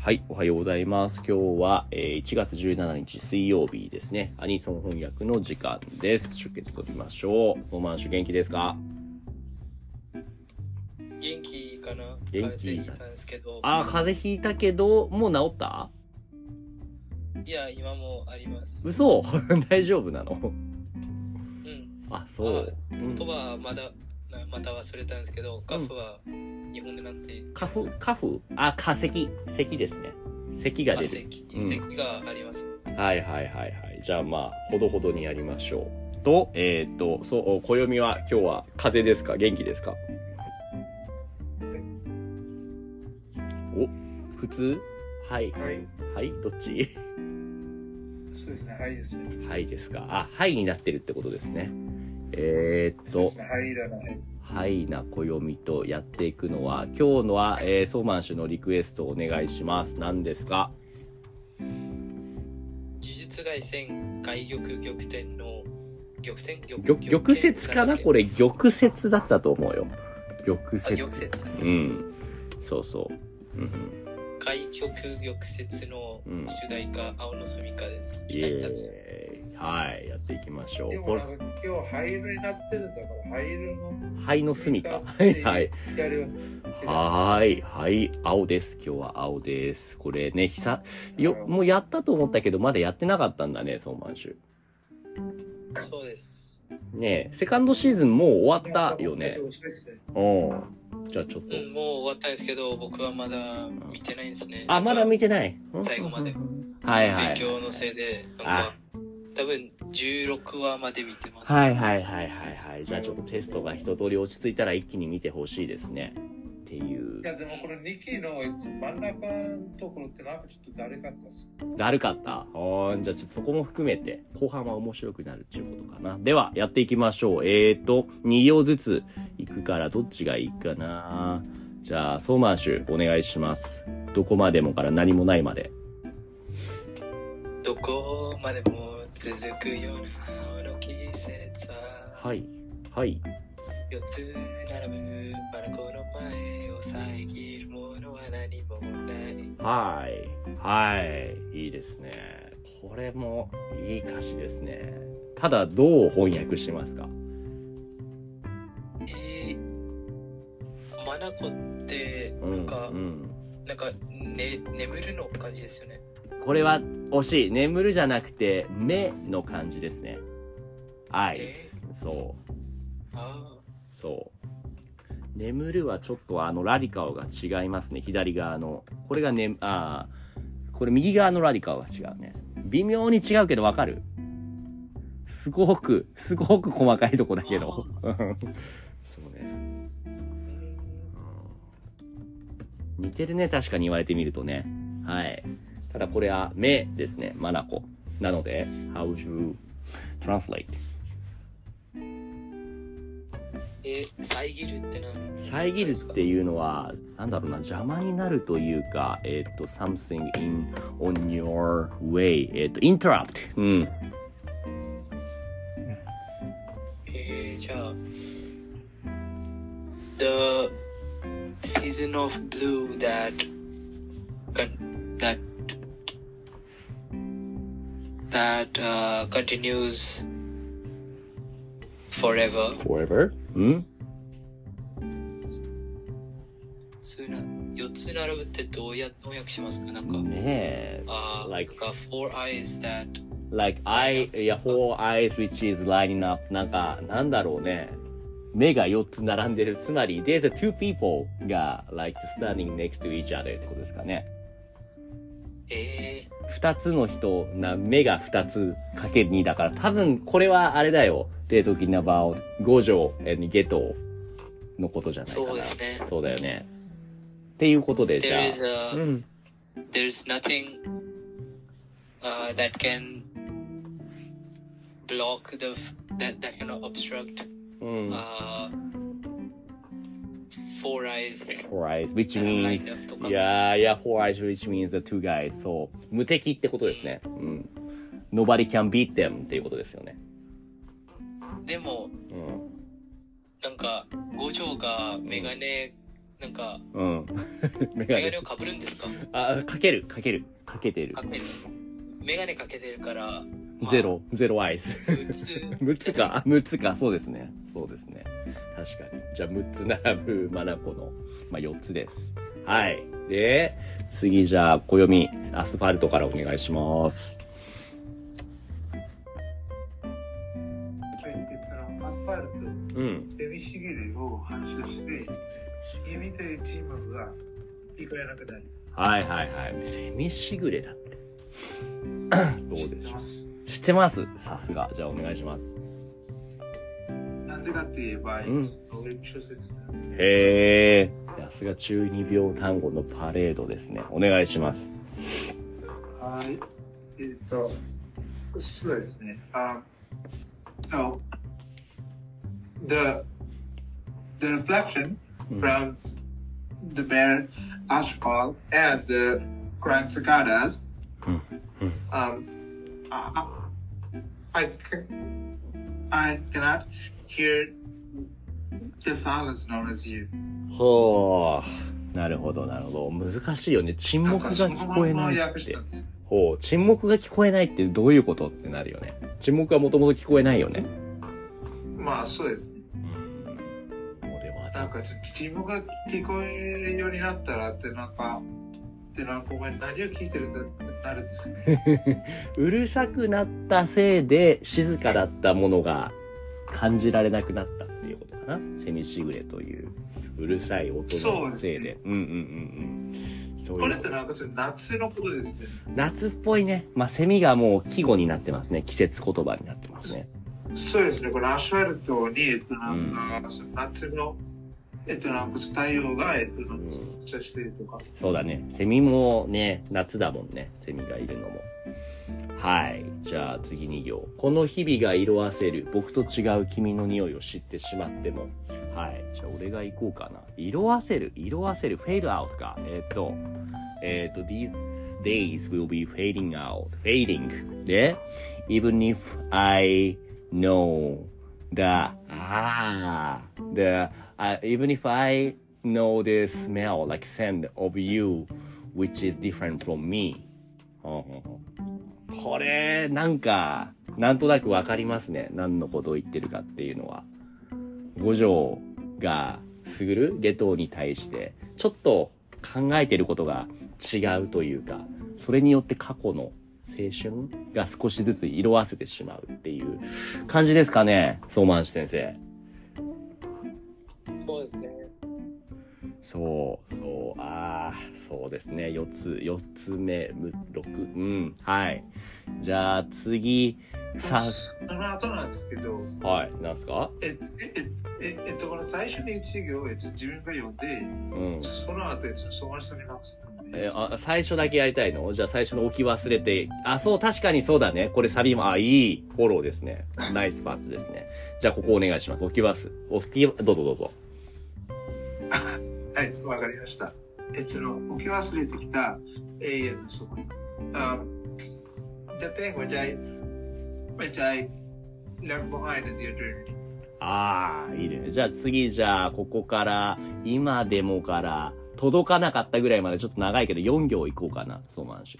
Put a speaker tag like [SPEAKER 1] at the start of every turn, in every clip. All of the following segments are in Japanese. [SPEAKER 1] はい、おはようございます。今日は、えー1月17日水曜日ですね。アニソン翻訳の時間です。出血取りましょう。ソーマンシュ元気ですか
[SPEAKER 2] 元気かな
[SPEAKER 1] 元気
[SPEAKER 2] 風邪ひいたんですけど。
[SPEAKER 1] あー、風邪ひいたけど、もう治った
[SPEAKER 2] いや、今もあります。
[SPEAKER 1] 嘘 大丈夫なの
[SPEAKER 2] うん。
[SPEAKER 1] あ、そう。うん
[SPEAKER 2] 言葉はまだ、なまた忘れたんですけど、カフは日本でなんて、
[SPEAKER 1] カフ、カフあ、化石。石ですね。咳が
[SPEAKER 2] あ
[SPEAKER 1] 出
[SPEAKER 2] 咳
[SPEAKER 1] る。うん
[SPEAKER 2] 咳があります。
[SPEAKER 1] はいはいはいはい。じゃあまあ、ほどほどにやりましょう。と、えーっと、そう、暦は今日は風邪ですか元気ですかお、普通はい。
[SPEAKER 3] はい、
[SPEAKER 1] はいどっち
[SPEAKER 3] そうですね、はいですよ。
[SPEAKER 1] はいですか。あ、はいになってるってことですね。えーっ
[SPEAKER 3] そう
[SPEAKER 1] と
[SPEAKER 3] で、すね、はいだな、はい。
[SPEAKER 1] はいな暦とやっていくのは、今日のは、えー、ソーマン氏のリクエストをお願いします。何ですか
[SPEAKER 2] 呪術外戦、外玉玉転の、玉転玉
[SPEAKER 1] 玉玉折かなこ
[SPEAKER 2] れ。
[SPEAKER 1] れ玉折だったと思うよ。玉
[SPEAKER 2] あ、
[SPEAKER 1] 折
[SPEAKER 2] 玉。折。
[SPEAKER 1] うん。そうそう。うん
[SPEAKER 2] 外玉玉折の
[SPEAKER 1] うん
[SPEAKER 2] 主題歌、青のすみかです。
[SPEAKER 1] イ
[SPEAKER 2] 北に立つ。
[SPEAKER 1] エーイ。はい、やっていきましょ
[SPEAKER 3] で
[SPEAKER 1] う。
[SPEAKER 3] も
[SPEAKER 1] これ
[SPEAKER 3] な、んか今日灰色になってるんだから、灰色の
[SPEAKER 1] 灰の隅か。は
[SPEAKER 3] スイ
[SPEAKER 1] い、
[SPEAKER 3] カ
[SPEAKER 1] は
[SPEAKER 3] っ
[SPEAKER 1] い。
[SPEAKER 3] て左を。
[SPEAKER 1] はーい、はい。青です。今日は青です。これね、久、よ、もうやったと思ったけど、まだやってなかったんだね、ソーマンシ
[SPEAKER 2] そうです。
[SPEAKER 1] ュ。ねえ、セカンドシーズンもう終わったよね
[SPEAKER 3] ちょ。っと遅いっすね
[SPEAKER 1] うん。じゃあちょっ
[SPEAKER 2] う
[SPEAKER 1] と。
[SPEAKER 2] ん、もう終わったんですけど、僕はまだ見てないんですね。
[SPEAKER 1] あ、まだ見てない。
[SPEAKER 2] 最後まで。
[SPEAKER 1] はいはい。
[SPEAKER 2] 勉強のせいで、なん
[SPEAKER 1] あ
[SPEAKER 2] か、多分16話まで見てます。
[SPEAKER 1] はいはいはいはいはい。じゃあちょっとテストが一通り落ち着いたら一気に見てほしいですね。っていう
[SPEAKER 3] い。や、でもこの2期の真ん中のところってなんかちょっとだるかったっす。
[SPEAKER 1] だるかった。あーじゃあちょっとそこも含めて、後半は面白くなるっていうことかな。では、やっていきましょう。えーと、2行ずつ行くからどっちがいいかな。じゃあ、ソーマンシュ、お願いします。どこまでもから何もないまで。
[SPEAKER 2] どこまでも続くようなあの季節は、
[SPEAKER 1] はい。はい。
[SPEAKER 2] 四つ並ぶまだこの前を遮るものは何もない。
[SPEAKER 1] はい。はい。いいですね。これもいい歌詞ですね。ただ、どう翻訳しますか
[SPEAKER 2] えー、マナコって、なんか、
[SPEAKER 1] うんうん
[SPEAKER 2] なんか、ね、眠るの感じですよね。
[SPEAKER 1] これは惜しい眠るじゃなくて目の感じですねアイスそう
[SPEAKER 2] あ
[SPEAKER 1] そう眠るはちょっとあのラディカオが違いますね左側のこれがねあーこれ右側のラディカオが違うね微妙に違うけどわかるすごくすごく細かいとこだけど そうね、
[SPEAKER 2] あ、うん
[SPEAKER 1] うん似てるね確かに言われてみるとねはいただこれは目ですねマナコなので How would you translate?
[SPEAKER 2] えー、遮るって何
[SPEAKER 1] 遮るっていうのはなんだろうな邪魔になるというかえっ、と something in on your way えっ、と interrupt うん
[SPEAKER 2] えー、じゃあ、The season of blue that con- that that uh, continues forever.
[SPEAKER 1] forever うん
[SPEAKER 2] つな四つ並ぶってどうや翻訳しますかなんか、
[SPEAKER 1] ねえ
[SPEAKER 2] あー、
[SPEAKER 1] Like-
[SPEAKER 2] なんか four eyes that
[SPEAKER 1] like I いや four eyes which is lining up なんかなんだろうね目が4つ並んでるつまり there's a two people が like standing next to each other ってことですかね
[SPEAKER 2] えー、
[SPEAKER 1] 2つの人な目が2つかける2だから多分これはあれだよデートキナバオ五条ゲトのことじゃないかな
[SPEAKER 2] そうですね
[SPEAKER 1] そうだよねっていうことでじゃ
[SPEAKER 2] there is
[SPEAKER 1] あ
[SPEAKER 2] a
[SPEAKER 1] うん、
[SPEAKER 2] there's nothing uh, that can block the f- that that can obstruct
[SPEAKER 1] うん、
[SPEAKER 2] uh, four eyes
[SPEAKER 1] four eyes which
[SPEAKER 2] ライン
[SPEAKER 1] means
[SPEAKER 2] ナップとか
[SPEAKER 1] いやーいや four eyes which means the two guys そう無敵ってことですねうん nobody can beat them っていうことですよね
[SPEAKER 2] でも
[SPEAKER 1] うん
[SPEAKER 2] なんか五条がメガネ、なんか、
[SPEAKER 1] うん。 メガ
[SPEAKER 2] メガ
[SPEAKER 1] ネ。
[SPEAKER 2] ネをかぶるんですか
[SPEAKER 1] あ、かける、かける、かけてる
[SPEAKER 2] か。ける。メガネかけてるから、
[SPEAKER 1] ゼロ、ゼロアイス。
[SPEAKER 2] 6つ。
[SPEAKER 1] 6つか、あ、6つか、そうですね。そうですね。確かに。じゃあ6つ並ぶマナコの、まあ、4つです。はい。で、次じゃあ、暦、アスファルトからお願いします。
[SPEAKER 4] さっき言ったらアスファル
[SPEAKER 1] うん。
[SPEAKER 4] トセミシゲルを反射して弓というチームが聞こえなくなり
[SPEAKER 1] はいはいはい。セミしぐれだって。 どうで
[SPEAKER 4] 知っ
[SPEAKER 1] してょ
[SPEAKER 4] ます
[SPEAKER 1] う知ってますさすが。じゃあお願いします。
[SPEAKER 4] なんでかって言えば、
[SPEAKER 1] うん
[SPEAKER 4] ノーレム小説なんで
[SPEAKER 1] へえ。さすが中二病単語のパレードですね。お願いします。
[SPEAKER 4] はいえっ、とそうですねあ Um, so the the reflection
[SPEAKER 1] うん
[SPEAKER 4] from the bare asphalt and the grand cicadas
[SPEAKER 1] うん。
[SPEAKER 4] um, I, I, c- I cannot hear the silence known as you.
[SPEAKER 1] ほう。なるほど、なるほど。難しいよね。沈
[SPEAKER 4] なん
[SPEAKER 1] 黙
[SPEAKER 4] か
[SPEAKER 1] が
[SPEAKER 4] その
[SPEAKER 1] 聞
[SPEAKER 4] ま
[SPEAKER 1] こえ
[SPEAKER 4] ま
[SPEAKER 1] ないっ
[SPEAKER 4] 訳してた。んです
[SPEAKER 1] ほう。沈黙が聞こえないってどういうことってなるよね。沈黙はもともと聞こえないよね。
[SPEAKER 4] まあそうですね。
[SPEAKER 1] うん。もうでも
[SPEAKER 4] なんかちょっと自分が聞こえるようになったらってなんか、ってなんかお前何を聞いてるんだってなるんですよね。
[SPEAKER 1] うるさくなったせいで静かだったものが感じられなくなったっていうことかなセミシグレといううるさい音のせいで
[SPEAKER 4] そうですね
[SPEAKER 1] うんうんうんうんそう
[SPEAKER 4] こ
[SPEAKER 1] い
[SPEAKER 4] れ
[SPEAKER 1] う
[SPEAKER 4] っ
[SPEAKER 1] こ
[SPEAKER 4] て
[SPEAKER 1] と
[SPEAKER 4] なんかちょっと夏のことですよ
[SPEAKER 1] 夏っぽいねまあセミがもう季語になってますね季節言葉になってますね
[SPEAKER 4] ね。そうですね。このアスファルトに、えっとなんか、その夏の、えっとなんかその太陽が、えっとなんか反射してるとか。
[SPEAKER 1] そうだねセミもね夏だもんねセミがいるのもはいじゃあ次2行この日々が色あせる僕と違う君の匂いを知ってしまってもはい。じゃあ、俺が行こうかな。色あせる、色あせる、フェードアウトか。えーっ、と、えーっ、と、these days will be fading out, fading. で、even if I know the, あー the,、uh, even if I know the smell, like scent of you, which is different from me. ほんほんほんこれ、なんか、なんとなくわかりますね。何のことを言ってるかっていうのは。五条がすぐる下等に対してちょっと考えてることが違うというかそれによって過去の青春が少しずつ色あせてしまうっていう感じですかね相馬先生
[SPEAKER 2] そうですね。
[SPEAKER 1] そうそうああそうですね4つ4つ目6うんはいじゃあ次さ
[SPEAKER 4] その後なんですけど、
[SPEAKER 1] はいなんすか
[SPEAKER 4] え、え、え、え、えっと、この最初の一行、えっと、自分が読んで、
[SPEAKER 1] うん
[SPEAKER 4] その後、えっと、その人に直すので
[SPEAKER 1] えーあ最初だけやりたいのじゃあ最初の置き忘れて。あ、そう、確かにそうだね。これサビも、あ、いいフォローですね。ナイスパスですね。じゃあここお願いします。置き忘れ。置き、どうぞどうぞ。
[SPEAKER 4] はい、わかりました。えっと、置き忘れてきた永遠のそこに。あ、the thing which I, which I left behind in the eternity.
[SPEAKER 1] ああ、いいね。じゃあ次、じゃあここから、今でもから、届かなかったぐらいまでちょっと長いけど、4行いこうかな。そうマンシ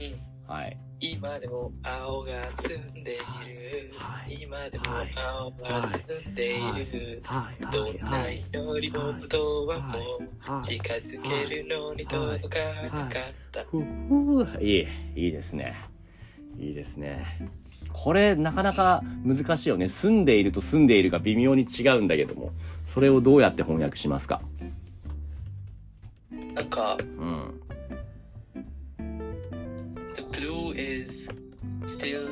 [SPEAKER 2] うん。
[SPEAKER 1] ュ。はい。
[SPEAKER 2] 今でも青が澄んでいる。
[SPEAKER 1] はい
[SPEAKER 2] 今でも青が澄んでいる。
[SPEAKER 1] はい。
[SPEAKER 2] どんな祈りもことはもう近づけるのに届かなかった。
[SPEAKER 1] ふふういいいいですねいいですねこれなかなか難しいよね住んでいると住んでいるが微妙に違うんだけどもそれをどうやって翻訳しますか
[SPEAKER 2] なんか、
[SPEAKER 1] うん、
[SPEAKER 2] The blue is still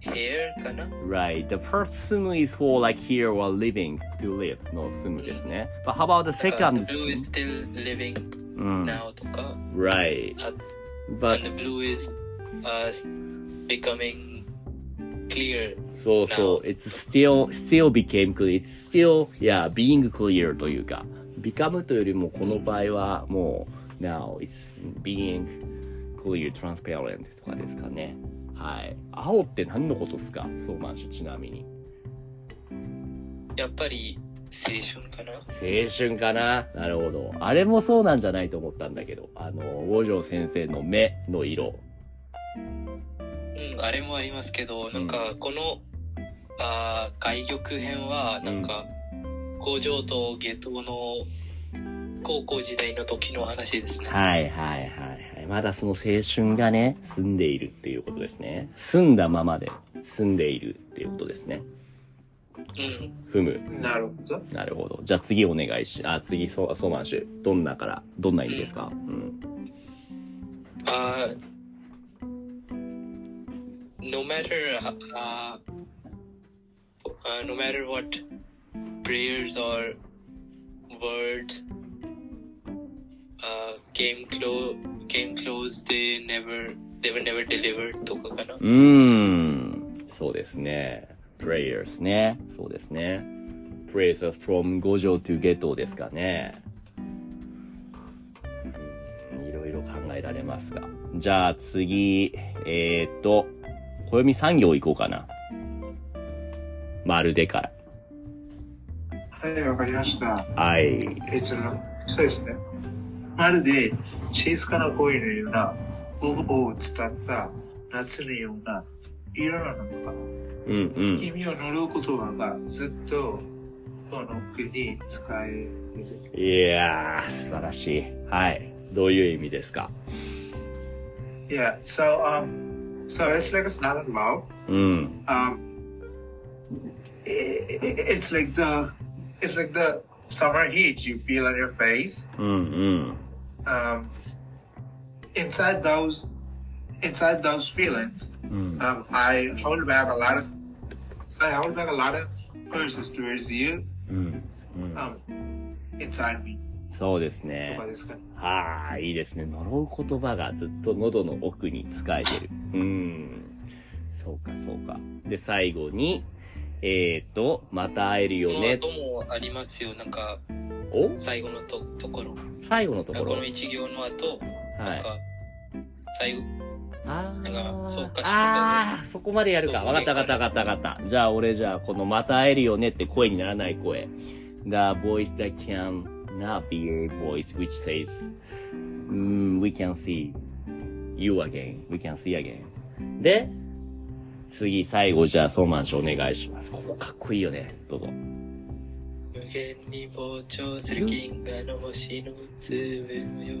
[SPEAKER 2] here かな
[SPEAKER 1] Right. The first sum is for like here or living to live の sum ですね。But how about the
[SPEAKER 2] だから
[SPEAKER 1] second
[SPEAKER 2] The blue is
[SPEAKER 1] sum?
[SPEAKER 2] still living
[SPEAKER 1] うん。
[SPEAKER 2] now とか、
[SPEAKER 1] Right.
[SPEAKER 2] あ
[SPEAKER 1] Mm. But
[SPEAKER 2] and the blue is uh, becoming clear
[SPEAKER 1] そうそう。It's still, still became clear. It's still, yeah, being clear というか。become というよりも、この場合はもう、now it's being clear, transparent とかですかね。はい。青って何のことっすかそう、マンシュ、ちなみに。
[SPEAKER 2] やっぱり青春かな
[SPEAKER 1] 青春かななるほど。あれもそうなんじゃないと思ったんだけど、あの、五条先生の目の色。
[SPEAKER 2] うん、あれもありますけど、なんか、この、あー外玉編は、なんか、工場と下等の高校時代の時の話ですね。
[SPEAKER 1] はいはいはいはい。まだその青春がね、住んでいるっていうことですね。住んだままで住んでいるっていうことですね。
[SPEAKER 2] うん。
[SPEAKER 1] ふむ。
[SPEAKER 4] なるほど。
[SPEAKER 1] なるほど。じゃあ次お願いし、あ、次、ソソーマンシュ。どんなから、どんな意味ですかうん。
[SPEAKER 2] あー no matter, uh, uh, no matter what prayers or words, uh, came close, came close, they never, they were never delivered とかかな
[SPEAKER 1] う。ーん。そうですね。prayers ね。そうですね。prayers from 五条 to ゲトですかね。うんいろいろ考えられますが。じゃあ次、えー、っと、暦産業行こうかな。まるでから。
[SPEAKER 4] はい、わかりました。
[SPEAKER 1] はい。
[SPEAKER 4] えっと、そうですね。まるで静かな恋のような午後を伝った夏のような色なのか。
[SPEAKER 1] うんうん。
[SPEAKER 4] 君を呪う言葉がずっとこの国に使える。
[SPEAKER 1] いやー、素晴らしい。はい。どういう意味ですか
[SPEAKER 4] Yeah, so um, so it's like a silent vow.
[SPEAKER 1] うん。
[SPEAKER 4] Um, i i it's like the it's like the summer heat you feel on your face.
[SPEAKER 1] うんうん。
[SPEAKER 4] Um, inside those inside those feelings,
[SPEAKER 1] うん。
[SPEAKER 4] um, I hold back a lot of I hold back a lot of curses towards you
[SPEAKER 1] うん。うん、
[SPEAKER 4] um, inside me.
[SPEAKER 1] そうですね。
[SPEAKER 4] What is gonna-
[SPEAKER 1] はあ、いいですね。呪う言葉がずっと喉の奥に使えてる。うーん。そうか、そうか。で、最後に、えーと、また会えるよ
[SPEAKER 2] の
[SPEAKER 1] ね
[SPEAKER 2] 後。もありますよ、なんか、
[SPEAKER 1] お
[SPEAKER 2] 最後のとところ。
[SPEAKER 1] 最後のとこ
[SPEAKER 2] こ
[SPEAKER 1] ろ。
[SPEAKER 2] の一行の後、
[SPEAKER 1] は
[SPEAKER 2] なん
[SPEAKER 1] い。
[SPEAKER 2] か、最後、
[SPEAKER 1] あー
[SPEAKER 2] なんかそうかしら
[SPEAKER 1] あー、そこまでやるか。
[SPEAKER 2] そう
[SPEAKER 1] わかったわかったわかったわかった。じゃあ俺じゃあこのまた会えるよねって声にならない声。The voice that can not be your voice which says, mm, we can see you again, we can see again. で、次最後じゃあソーマン氏お願いします。ここかっこいいよね。どうぞ。
[SPEAKER 2] 無限に膨張する銀河の星の粒のよう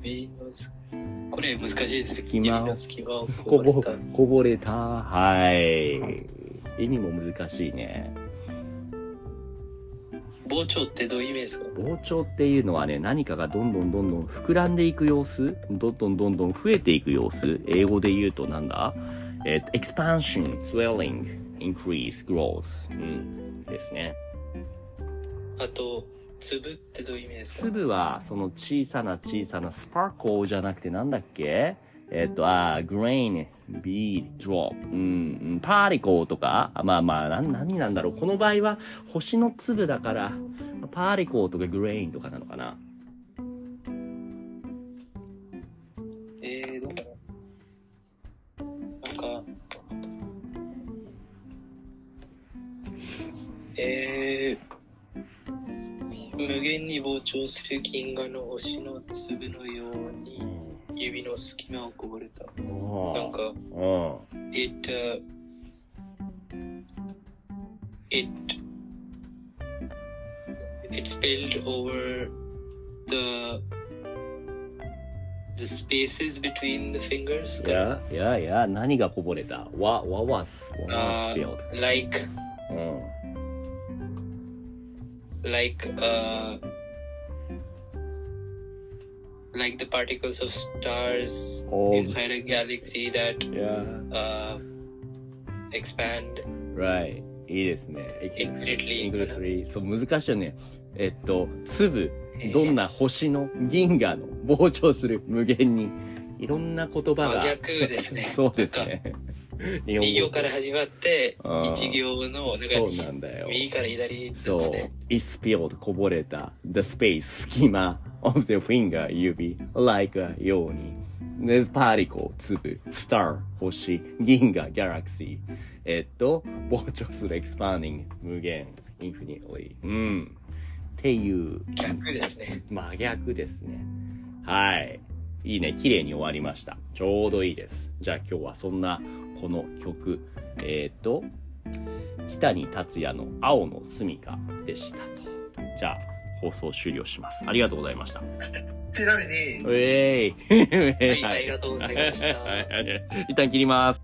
[SPEAKER 2] に指のすこれ難しいです
[SPEAKER 1] 隙間を
[SPEAKER 2] 指の隙間を
[SPEAKER 1] こ
[SPEAKER 2] こ
[SPEAKER 1] ぼ
[SPEAKER 2] ぼれた、
[SPEAKER 1] こぼれた。はい。意味も難しいね。
[SPEAKER 2] 膨張ってどういう意味ですか
[SPEAKER 1] 膨張っていうのはね、何かがどんどんどんどん膨らんでいく様子、どんどんどんどん増えていく様子、英語で言うとなんだえっと、expansion, swelling, increase, growth、うん、ですね。
[SPEAKER 2] あと粒ってどういう意味ですか
[SPEAKER 1] 粒はその小さな小さなスパーコーじゃなくてなんだっけえっと、あー、グレイン、ビード、ドロップ、うん、うんパーリコーとか、あまあまあ、なん、何なんだろう。この場合は、星の粒だから、パーリコーとかグレインとかなのかな。
[SPEAKER 2] えー、どうかななんかえー、無限に膨張する銀河の星の粒のように指の隙間をこぼれた
[SPEAKER 1] おー
[SPEAKER 2] なんか
[SPEAKER 1] うん。
[SPEAKER 2] it uh, it it spilled over the the spaces between the fingers
[SPEAKER 1] いやいやいや、何がこぼれた ?What, what was, what was
[SPEAKER 2] uh,
[SPEAKER 1] spilled?
[SPEAKER 2] like
[SPEAKER 1] うん。
[SPEAKER 2] like uh like the particles of stars
[SPEAKER 1] All-
[SPEAKER 2] inside a galaxy that
[SPEAKER 1] Yeah.
[SPEAKER 2] uh, expand
[SPEAKER 1] Right. いいですね。
[SPEAKER 2] Infinitely かな
[SPEAKER 1] Infinitely そう、難しいよね。えっと、粒、どんな星の銀河の膨張する無限に。いろんな言葉
[SPEAKER 2] 真
[SPEAKER 1] が。
[SPEAKER 2] 逆 ですね
[SPEAKER 1] そうですね。日
[SPEAKER 2] 2行から始まって
[SPEAKER 1] あー
[SPEAKER 2] 1行の
[SPEAKER 1] そう
[SPEAKER 2] な
[SPEAKER 1] なん
[SPEAKER 2] か
[SPEAKER 1] んだよ。
[SPEAKER 2] 右から左です
[SPEAKER 1] そう
[SPEAKER 2] ね。
[SPEAKER 1] It's spilled こぼれた。The space 隙間 of the finger 指 like a ように。There's particle 粒 star 星銀河 galaxy えっと膨張する expanding 無限インフィニ多い。うん。っていう、
[SPEAKER 2] 逆ですね。
[SPEAKER 1] 真逆ですね。はい。いいね。綺麗に終わりました。ちょうどいいです。じゃあ今日はそんな、この曲、えっ、と、北に達也の青の住処でしたと。じゃあ、放送終了します。ありがとうございました。
[SPEAKER 4] ちなみに、
[SPEAKER 1] ウェーイ
[SPEAKER 2] はいありがとうございました
[SPEAKER 1] はいはい一旦切ります。